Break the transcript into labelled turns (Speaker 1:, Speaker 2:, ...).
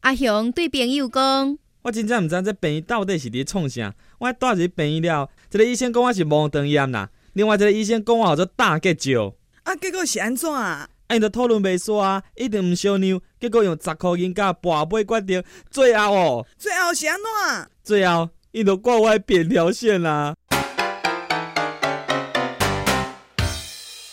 Speaker 1: 阿雄对朋友讲，
Speaker 2: 我真正毋知这病到底是伫创啥。我带入病院了，一个医生讲我是盲肠炎啦，另外一个医生讲我有做胆结石。
Speaker 3: 啊，结果是安怎啊？
Speaker 2: 啊，因着讨论袂煞啊，一定毋小让，结果用十箍银甲跋杯决定，最后哦，
Speaker 3: 最后是安怎啊？
Speaker 2: 最后伊着挂我的扁条线啦、